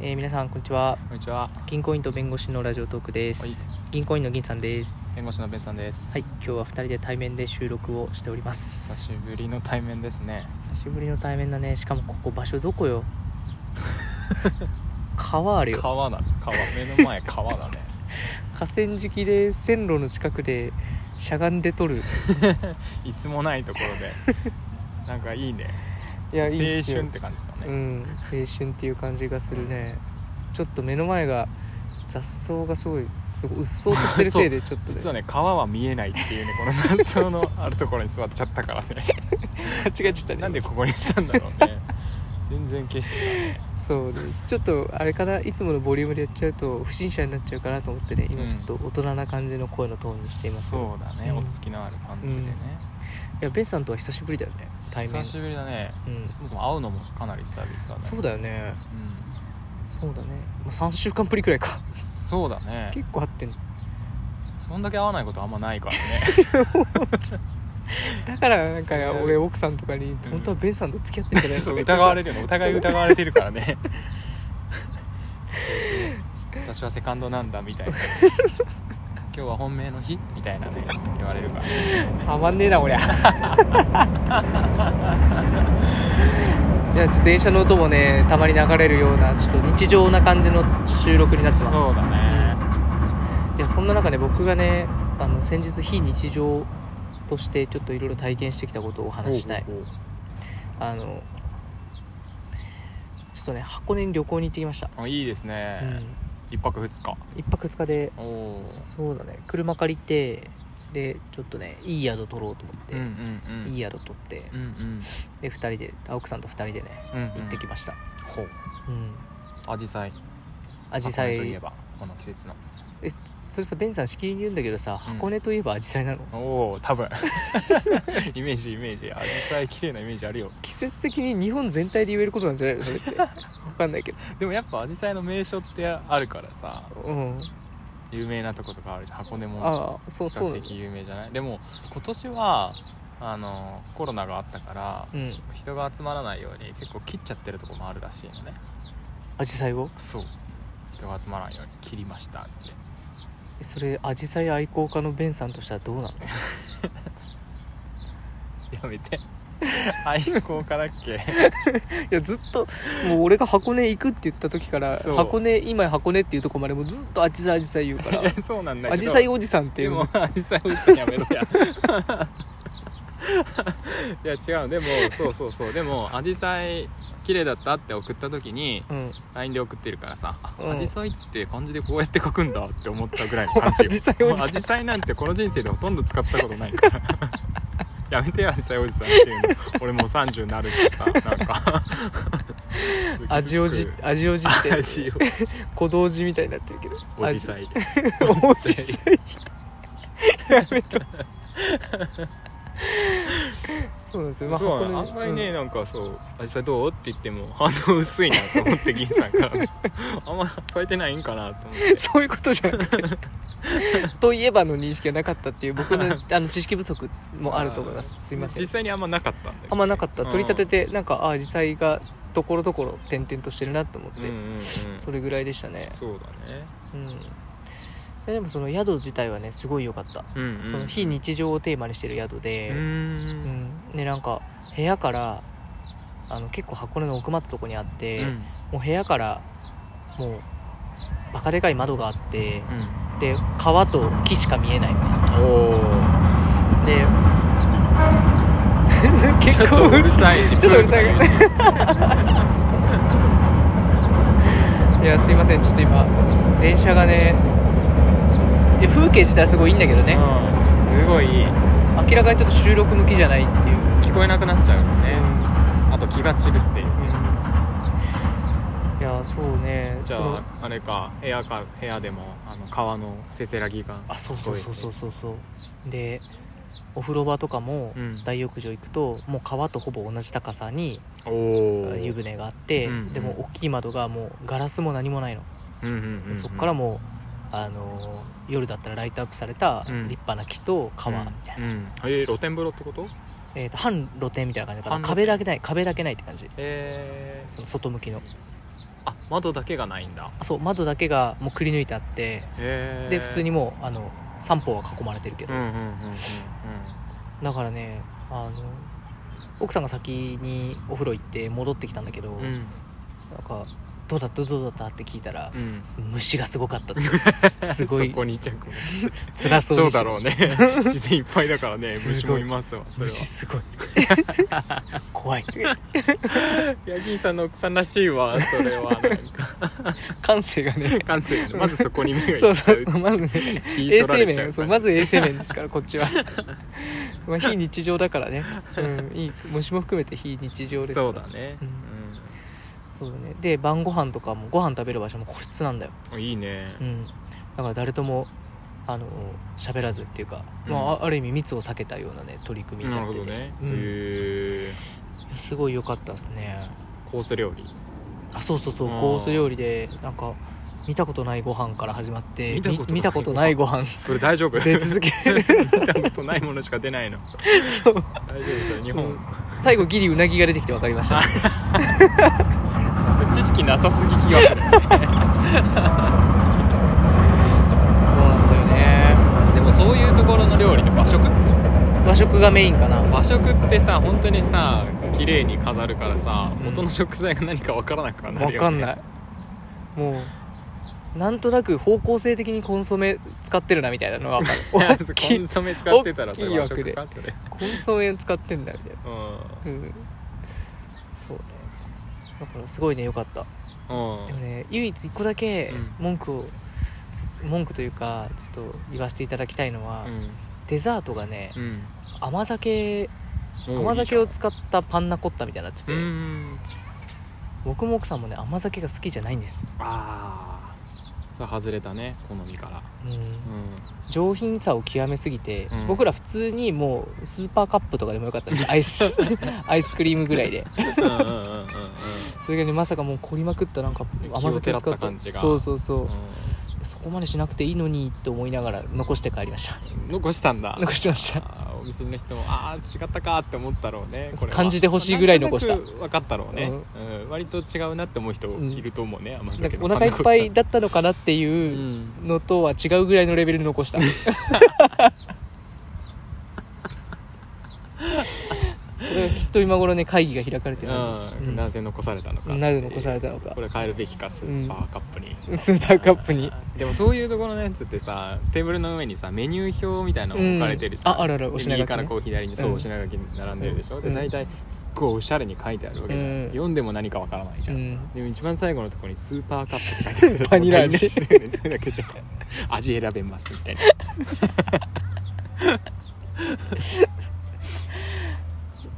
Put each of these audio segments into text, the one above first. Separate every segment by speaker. Speaker 1: えー、皆さんこんにちは
Speaker 2: こんにちは
Speaker 1: 銀行員と弁護士のラジオトークです、
Speaker 2: はい
Speaker 1: 銀行員の銀さんです
Speaker 2: 弁護士のベンさんです
Speaker 1: はい今日は2人で対面で収録をしております
Speaker 2: 久しぶりの対面ですね
Speaker 1: 久しぶりの対面だねしかもここ場所どこ よ川あるよ
Speaker 2: 川だ川目の前川だね
Speaker 1: 河川敷で線路の近くでしゃがんで撮る
Speaker 2: いつもないところ でなんかいいね
Speaker 1: いやいいっす
Speaker 2: 青
Speaker 1: よ
Speaker 2: 春って感じだ
Speaker 1: う
Speaker 2: ね、
Speaker 1: ん青春っていう感じがするねちょっと目の前が雑草がすごいすごいうっそうとしてるせいでちょっと
Speaker 2: 実は
Speaker 1: ね
Speaker 2: ね川は見えないっていうねこの雑 草のあるところに座っちゃったからね
Speaker 1: 間 違っちゃったね
Speaker 2: なんでここにしたんだろう ね全然景色がね
Speaker 1: そうねちょっとあれかないつものボリュームでやっちゃうと不審者になっちゃうかなと思ってね今
Speaker 2: うん
Speaker 1: ちょっと大人な感じの声のトーンにしていますけど
Speaker 2: そうだね、
Speaker 1: うん
Speaker 2: 落ち着きのある感じでね、
Speaker 1: いやベンさんとは久しぶりだよね対面
Speaker 2: 久しぶりだね
Speaker 1: うん
Speaker 2: そもそも会うのもかなり久々だね
Speaker 1: そうだよね
Speaker 2: うん
Speaker 1: そうだね、まあ、3週間ぶりくらいか
Speaker 2: そうだね
Speaker 1: 結構あってんの
Speaker 2: そんだけ会わないことあんまないからね
Speaker 1: だからなんか
Speaker 2: そう
Speaker 1: 俺奥さんとかに「
Speaker 2: ん
Speaker 1: 本当はベンさんと付き合ってんじゃ ない?」
Speaker 2: そう疑われ
Speaker 1: る
Speaker 2: るよねお互い疑われてるからね私はセカンドなんだみたいな今日は本命の日みたいなね言われるから、
Speaker 1: たまんねえな俺 いやちょっと電車の音もねたまに流れるようなちょっと日常な感じの収録になってます
Speaker 2: そうだね
Speaker 1: いやそんな中ね僕がねあの先日非日常としてちょっといろいろ体験してきたことをお話ししたい
Speaker 2: ほうほうほ
Speaker 1: あのちょっとね箱根に旅行に行ってきました、
Speaker 2: うあいいです
Speaker 1: う
Speaker 2: ね、
Speaker 1: ん
Speaker 2: 一泊二日
Speaker 1: 1泊2日で
Speaker 2: おお
Speaker 1: そうだね車借りてでちょっとねいい宿取ろうと思って、
Speaker 2: うんうんうん
Speaker 1: いい
Speaker 2: や
Speaker 1: 宿取って
Speaker 2: うんうん
Speaker 1: で2人で奥さんと2人でね
Speaker 2: うんうん
Speaker 1: 行ってきました
Speaker 2: ほう
Speaker 1: うん
Speaker 2: アジサイ
Speaker 1: アジサ
Speaker 2: といえ
Speaker 1: イ
Speaker 2: ばこの季節の
Speaker 1: それさベンさんしきりに言うんだけどさ箱根といえばアジサイなの、
Speaker 2: おお多 分イメージイメージアジサイ綺麗なイメージあるよ
Speaker 1: 季節的に日本全体で言えることなんじゃないのそれって わかんないけど
Speaker 2: でもやっぱアジサイの名所ってあるからさ
Speaker 1: うん
Speaker 2: 有名なとことかあるじゃん箱根も
Speaker 1: ああそう
Speaker 2: 比
Speaker 1: そうな
Speaker 2: 較
Speaker 1: んだ
Speaker 2: 的有名じゃないでも今年はあのコロナがあったから、
Speaker 1: うん
Speaker 2: 人が集まらないように結構切っちゃってるとこもあるらしいのね
Speaker 1: アジサイを
Speaker 2: そう人が集まらないように切りましたって
Speaker 1: えそれアジサイ愛好家のベンさんとしてはどうなの
Speaker 2: やめて 愛好家だっけ
Speaker 1: いやずっともう俺が箱根行くって言った時から
Speaker 2: そう
Speaker 1: 箱根今箱根っていうとこまでもうずっとアジサイアジサイ言うか ら
Speaker 2: え そうなんだけど
Speaker 1: アジサイおじさんってい
Speaker 2: で
Speaker 1: う
Speaker 2: も
Speaker 1: の
Speaker 2: アジサイおじさんやめろ やいや違うでもそうそうそうでもアジサイ綺麗だったって送った時に
Speaker 1: うん
Speaker 2: LINE で送ってるからさ「
Speaker 1: うん
Speaker 2: あアジサイって漢字でこうやって書くんだ」って思ったぐらいの感じ
Speaker 1: アジサイおじさん
Speaker 2: もうアジサイなんてこの人生でほとんど使ったことないから やめてよアジサイおじさんっていうの俺もう30になるしさなんか
Speaker 1: アジおじ アジおじって
Speaker 2: アジ
Speaker 1: 小道寺みたいになってるけど
Speaker 2: おじさい
Speaker 1: アジおじさ いやめとそうなんですよ、まあ、
Speaker 2: そうな
Speaker 1: 箱
Speaker 2: のあ
Speaker 1: 根
Speaker 2: んまりね
Speaker 1: うん
Speaker 2: なんかそう「アジサイどう?」って言っても反応薄いなと思って銀さんから あんま変えてないんかなと思っ て
Speaker 1: そういうことじゃなくてといえばの認識がなかったっていう僕 のあの知識不足もあると思いますすいません
Speaker 2: 実際にあんまなかったんだよ
Speaker 1: あんまなかった
Speaker 2: うん
Speaker 1: 取り立ててなんかああ実際がところどころ点々としてるなと思って、
Speaker 2: うんうんうん
Speaker 1: それぐらいでしたね
Speaker 2: そうだね
Speaker 1: うんいやでもその宿自体はねすごい良かった、
Speaker 2: うんうん
Speaker 1: その非日常をテーマにしてる宿
Speaker 2: う
Speaker 1: で、
Speaker 2: ー
Speaker 1: うんんでなんか部屋からあの結構箱根の奥まったとこにあって、
Speaker 2: うん
Speaker 1: もう部屋からもうバカでかい窓があって、
Speaker 2: うん
Speaker 1: で川と木しか見えない
Speaker 2: おー
Speaker 1: で
Speaker 2: ちょ
Speaker 1: 結
Speaker 2: っと
Speaker 1: 構
Speaker 2: うるさいし
Speaker 1: ちょっと うるさい
Speaker 2: プールとかね
Speaker 1: いやすいませんちょっと今電車がねいや風景自体はすごいいいんだけどね
Speaker 2: うんすごい
Speaker 1: 明らかにちょっと収録向きじゃないっていう、
Speaker 2: 聞こえなくなっちゃうよ
Speaker 1: う
Speaker 2: ね
Speaker 1: ん
Speaker 2: あと気が散るっていう
Speaker 1: いやそうね
Speaker 2: じゃ
Speaker 1: そ
Speaker 2: あ
Speaker 1: の
Speaker 2: あれか部屋か部屋でもあの川のせせらぎが
Speaker 1: あそうそうそうそうそうそうでお風呂場とかも
Speaker 2: うん
Speaker 1: 大浴場行くと、もう川とほぼ同じ高さに
Speaker 2: おお
Speaker 1: 湯船があって、
Speaker 2: うんうん
Speaker 1: でも大きい窓がもうガラスも何もないの
Speaker 2: うんうんうんうん
Speaker 1: そこからもう、あのー夜だったらライトアップされた立
Speaker 2: うん
Speaker 1: 派な木と川みたいな、
Speaker 2: うんうんえー露天風呂ってこと
Speaker 1: えーと半露天みたいな感じだから
Speaker 2: 半
Speaker 1: 壁
Speaker 2: 露天
Speaker 1: だけない壁だけないって感じ
Speaker 2: え
Speaker 1: その外向きの
Speaker 2: あ窓だけがないんだ
Speaker 1: あそう窓だけがもうくり抜いてあって
Speaker 2: へえ
Speaker 1: で普通にもうあの三方は囲まれてるけ
Speaker 2: う
Speaker 1: ど、
Speaker 2: んうんうんうんうん
Speaker 1: だからねあの奥さんが先にお風呂行って戻ってきたんだけど、
Speaker 2: う
Speaker 1: なん
Speaker 2: ん
Speaker 1: か「どうだったどうだった?」って聞いたら、
Speaker 2: うん
Speaker 1: 虫がすごかったって すごい
Speaker 2: そこに着目
Speaker 1: 辛そう
Speaker 2: そ
Speaker 1: に
Speaker 2: うだろう ね自然いっぱいだからね
Speaker 1: す
Speaker 2: 虫
Speaker 1: ご
Speaker 2: も
Speaker 1: い
Speaker 2: いますわそれ
Speaker 1: 虫
Speaker 2: は
Speaker 1: すごい 怖い
Speaker 2: ヤギーさんの奥さんらしいわそれはなんか
Speaker 1: 感性がね
Speaker 2: 感性がねまずそこに目 がいっち
Speaker 1: そ
Speaker 2: ゃ
Speaker 1: う
Speaker 2: う
Speaker 1: そうそうまずね
Speaker 2: 聞い
Speaker 1: 衛
Speaker 2: 取ら
Speaker 1: 生
Speaker 2: れちゃう
Speaker 1: 面そうまず衛生面ですからこっちは まあ非日常だからね、うん、いい虫も含めて非日常ですから
Speaker 2: そうだね
Speaker 1: うんそうだねで晩ご飯とかもご飯食べる場所も個室なんだよ、
Speaker 2: うんいいね
Speaker 1: うん、だから誰ともあの喋らずっていうか、
Speaker 2: うん
Speaker 1: まあ、ある意味密を避けたようなね取り組みに
Speaker 2: な
Speaker 1: な
Speaker 2: る
Speaker 1: っ
Speaker 2: ほ
Speaker 1: て
Speaker 2: ど
Speaker 1: て、
Speaker 2: ね
Speaker 1: うん
Speaker 2: へえ
Speaker 1: すごい良かったですね
Speaker 2: コース料理
Speaker 1: あそうそうそう
Speaker 2: あー
Speaker 1: コース料理でなんか見たことないご飯から始まって
Speaker 2: 見たことない
Speaker 1: み見たことないご飯
Speaker 2: それ大丈夫
Speaker 1: 出
Speaker 2: 見
Speaker 1: 続け る
Speaker 2: たことないものしか出ないの
Speaker 1: そう
Speaker 2: 大丈夫それ日
Speaker 1: うん
Speaker 2: 本
Speaker 1: 最後ギリうなぎが出てきて分かりました
Speaker 2: それ知識なさすぎ気がす
Speaker 1: そ
Speaker 2: る
Speaker 1: うなんだよね
Speaker 2: でもそういうところの料理って和食
Speaker 1: 和食がメインかな
Speaker 2: 和食ってさ本当にさ綺麗に飾るからさ、
Speaker 1: うん
Speaker 2: 元の食材が何か分からなくはなるよ、
Speaker 1: 分
Speaker 2: ね、
Speaker 1: かんないもうなんとなく方向性的にコンソメ使ってるなみたいなのが分かる
Speaker 2: いや
Speaker 1: 大
Speaker 2: コ
Speaker 1: き
Speaker 2: ン
Speaker 1: い
Speaker 2: ソメ使ってたらそ
Speaker 1: 大き
Speaker 2: れ
Speaker 1: い
Speaker 2: 和
Speaker 1: 枠
Speaker 2: 食
Speaker 1: で
Speaker 2: かそれ
Speaker 1: コンソメ使ってんだみたいな
Speaker 2: う
Speaker 1: うんそうねだからすごいね良かった
Speaker 2: ん、
Speaker 1: でもね唯一一個だけ文句を、文句というかちょっと言わせていただきたいのは、デザートがね
Speaker 2: うん
Speaker 1: 甘酒
Speaker 2: うん、
Speaker 1: 甘酒を
Speaker 2: つ
Speaker 1: 使ったパンナコッタみたいになってて、
Speaker 2: うん
Speaker 1: 僕も奥さんもね甘酒が好きじゃないんです、
Speaker 2: ああさあ外れたね好みから
Speaker 1: うん
Speaker 2: う
Speaker 1: 上品さを極めすぎて、
Speaker 2: うん
Speaker 1: 僕ら普通にもうスーパーカップとかでもよかったんです アイスアイスクリームぐらいで
Speaker 2: んうんうんうんうんうん
Speaker 1: それがねまさかもう凝りまくったなんか甘酒を使
Speaker 2: 気を照ら
Speaker 1: っ
Speaker 2: ったた感じが
Speaker 1: そうそうそう、
Speaker 2: う
Speaker 1: そこまでしなくていいのにって思いながら残して帰りました
Speaker 2: ん残したんだ
Speaker 1: 残してました
Speaker 2: あーお店の人もああ違ったかーって思ったろうねこれは
Speaker 1: 感じてほしいぐらい残した
Speaker 2: なんとなく分かったろうね、うん割と違うなって思う人いると思うね、
Speaker 1: な
Speaker 2: 甘
Speaker 1: ん
Speaker 2: 酒
Speaker 1: かお
Speaker 2: の
Speaker 1: 腹いっぱい
Speaker 2: 感
Speaker 1: だったのかなって
Speaker 2: 覚う
Speaker 1: いうんのとは違うぐらいのレベルに残 したそれはきっと今頃ね会議が開かれてるはずです、
Speaker 2: う
Speaker 1: うん
Speaker 2: んなぜ残されたのか
Speaker 1: なぜ残されたのか
Speaker 2: これ変えるべきかスーパーカップに、
Speaker 1: スーパーカップに
Speaker 2: でもそういうところのやつってさテーブルの上にさメニュー表みたいなの置かれてるじゃん、
Speaker 1: うんああるある
Speaker 2: で
Speaker 1: お品書きね
Speaker 2: 右からこう左にそう、
Speaker 1: うん
Speaker 2: お品書きに並んでるでしょ、
Speaker 1: う
Speaker 2: で
Speaker 1: ん
Speaker 2: 大体すっごいおしゃれに書いてあるわけじゃん、
Speaker 1: うん
Speaker 2: 読んでも何かわからないじ
Speaker 1: う
Speaker 2: ゃん、
Speaker 1: ん
Speaker 2: でも一番最後のところにスーパーカップって書いてある
Speaker 1: バニラ味
Speaker 2: それだけじゃん味選べますみたいな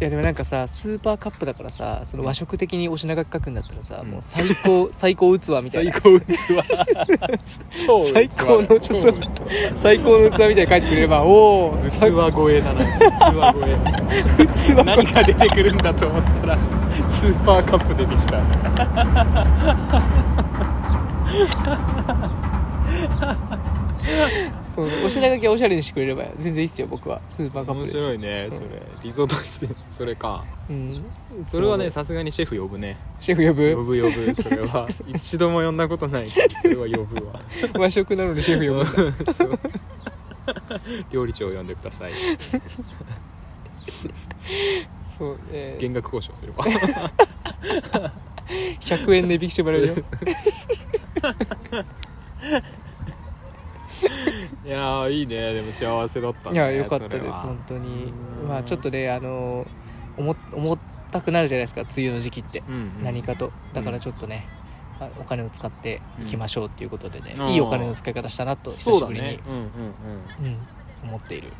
Speaker 1: いやでもなんかさスーパーカップだからさその和食的にお品書き書くんだったらさ、
Speaker 2: うん
Speaker 1: もう最 高最高器みたい
Speaker 2: 最
Speaker 1: な
Speaker 2: 高器超 器
Speaker 1: 最高の器
Speaker 2: 超器
Speaker 1: 最高の器みたいに書いてくれればおお
Speaker 2: 器超えだな器超え
Speaker 1: 普通は
Speaker 2: 何が出てくるんだと思ったらスーパーカップ出てきた
Speaker 1: そうお品書きはおしゃれにしてくれれば全然いいっすよ僕はスーパーカッ
Speaker 2: 面
Speaker 1: プで
Speaker 2: 白いねそれリゾート地でそれか
Speaker 1: うん、
Speaker 2: それはねさすがにシェフ呼ぶね
Speaker 1: シェフ呼ぶ
Speaker 2: 呼ぶ呼ぶそれ は一度も呼んだことないけどそれは呼ぶわ
Speaker 1: 和食なのにシェフ呼ぶんだ
Speaker 2: 料理長呼んでください
Speaker 1: そう、えー
Speaker 2: 減額交渉すれ ば
Speaker 1: 100円値引きしてもらえるよ
Speaker 2: いやーいいねでも幸せだった
Speaker 1: い
Speaker 2: ね
Speaker 1: やよかった
Speaker 2: それ
Speaker 1: で
Speaker 2: は
Speaker 1: す本当に
Speaker 2: うん
Speaker 1: まあちょっとねあの重重たくなるじゃないですか梅雨の時期って、
Speaker 2: うんうん
Speaker 1: 何かとだからちょっとね、あお金を使っていきましょうっていうことでね、
Speaker 2: うん
Speaker 1: いいお金の使い方したなと久
Speaker 2: そう
Speaker 1: し
Speaker 2: だ
Speaker 1: ぶりに
Speaker 2: ねうんうんうん
Speaker 1: うん、思っている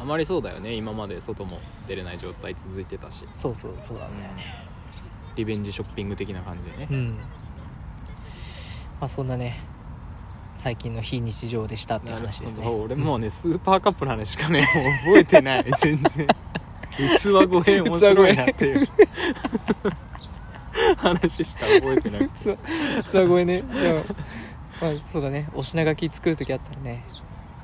Speaker 2: あまりそうだよね今まで外も出れない状態続いてたし
Speaker 1: そうそうそうなんだよね
Speaker 2: リベンジショッピング的な感じでね
Speaker 1: うん、まあそんなね最近の非日常でしたっていう話です
Speaker 2: なるほど
Speaker 1: ね
Speaker 2: 俺もうねスーパーカップの話しかねもう覚えて ない全然器語弊面白いなっていう話しか覚えて ない
Speaker 1: つわつわ声ねでもまあそうだねお品書き作る時あったらね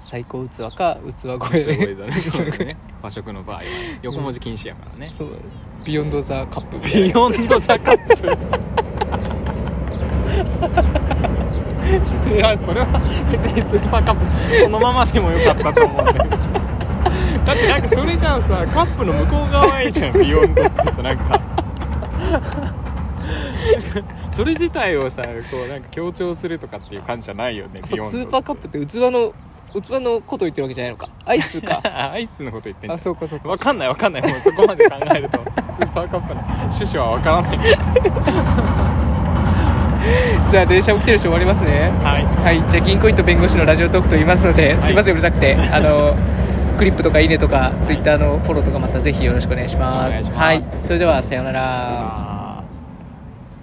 Speaker 1: 最高器か器声
Speaker 2: すご
Speaker 1: で
Speaker 2: いだ ねそうだね和食の場合は横文字禁止やからね
Speaker 1: そうビヨンドザカップ
Speaker 2: ビヨンドザカップいやそれは別にスーパーカップそのままでもよかったと思 うんだけどだってなんかそれじゃあさカップの向こう側いいじゃん美容にとってさなんかそれ自体をさこうなんか強調するとかっていう感じじゃないよね
Speaker 1: あ
Speaker 2: 美
Speaker 1: そう
Speaker 2: 容
Speaker 1: か
Speaker 2: に
Speaker 1: ス
Speaker 2: と
Speaker 1: ー
Speaker 2: って
Speaker 1: パーカップって器の器のこと言ってるわけじゃないのかアイス か
Speaker 2: あアイスのこと言ってんじゃ
Speaker 1: あ
Speaker 2: ん
Speaker 1: そうかそうか
Speaker 2: わかんないわかんないもうそこまで考えると スーパーカップの趣旨はわからない
Speaker 1: じゃあ電車起きてる人終わりますね
Speaker 2: はい
Speaker 1: はいじゃあ銀行員と弁護士のラジオトークと言いますので、
Speaker 2: い
Speaker 1: すいませんうるさくてあのクリップとかいいねとかツイッターのフォローとかまたぜひよろしくお願いします
Speaker 2: お願いします
Speaker 1: はいそれではさようなら
Speaker 2: あー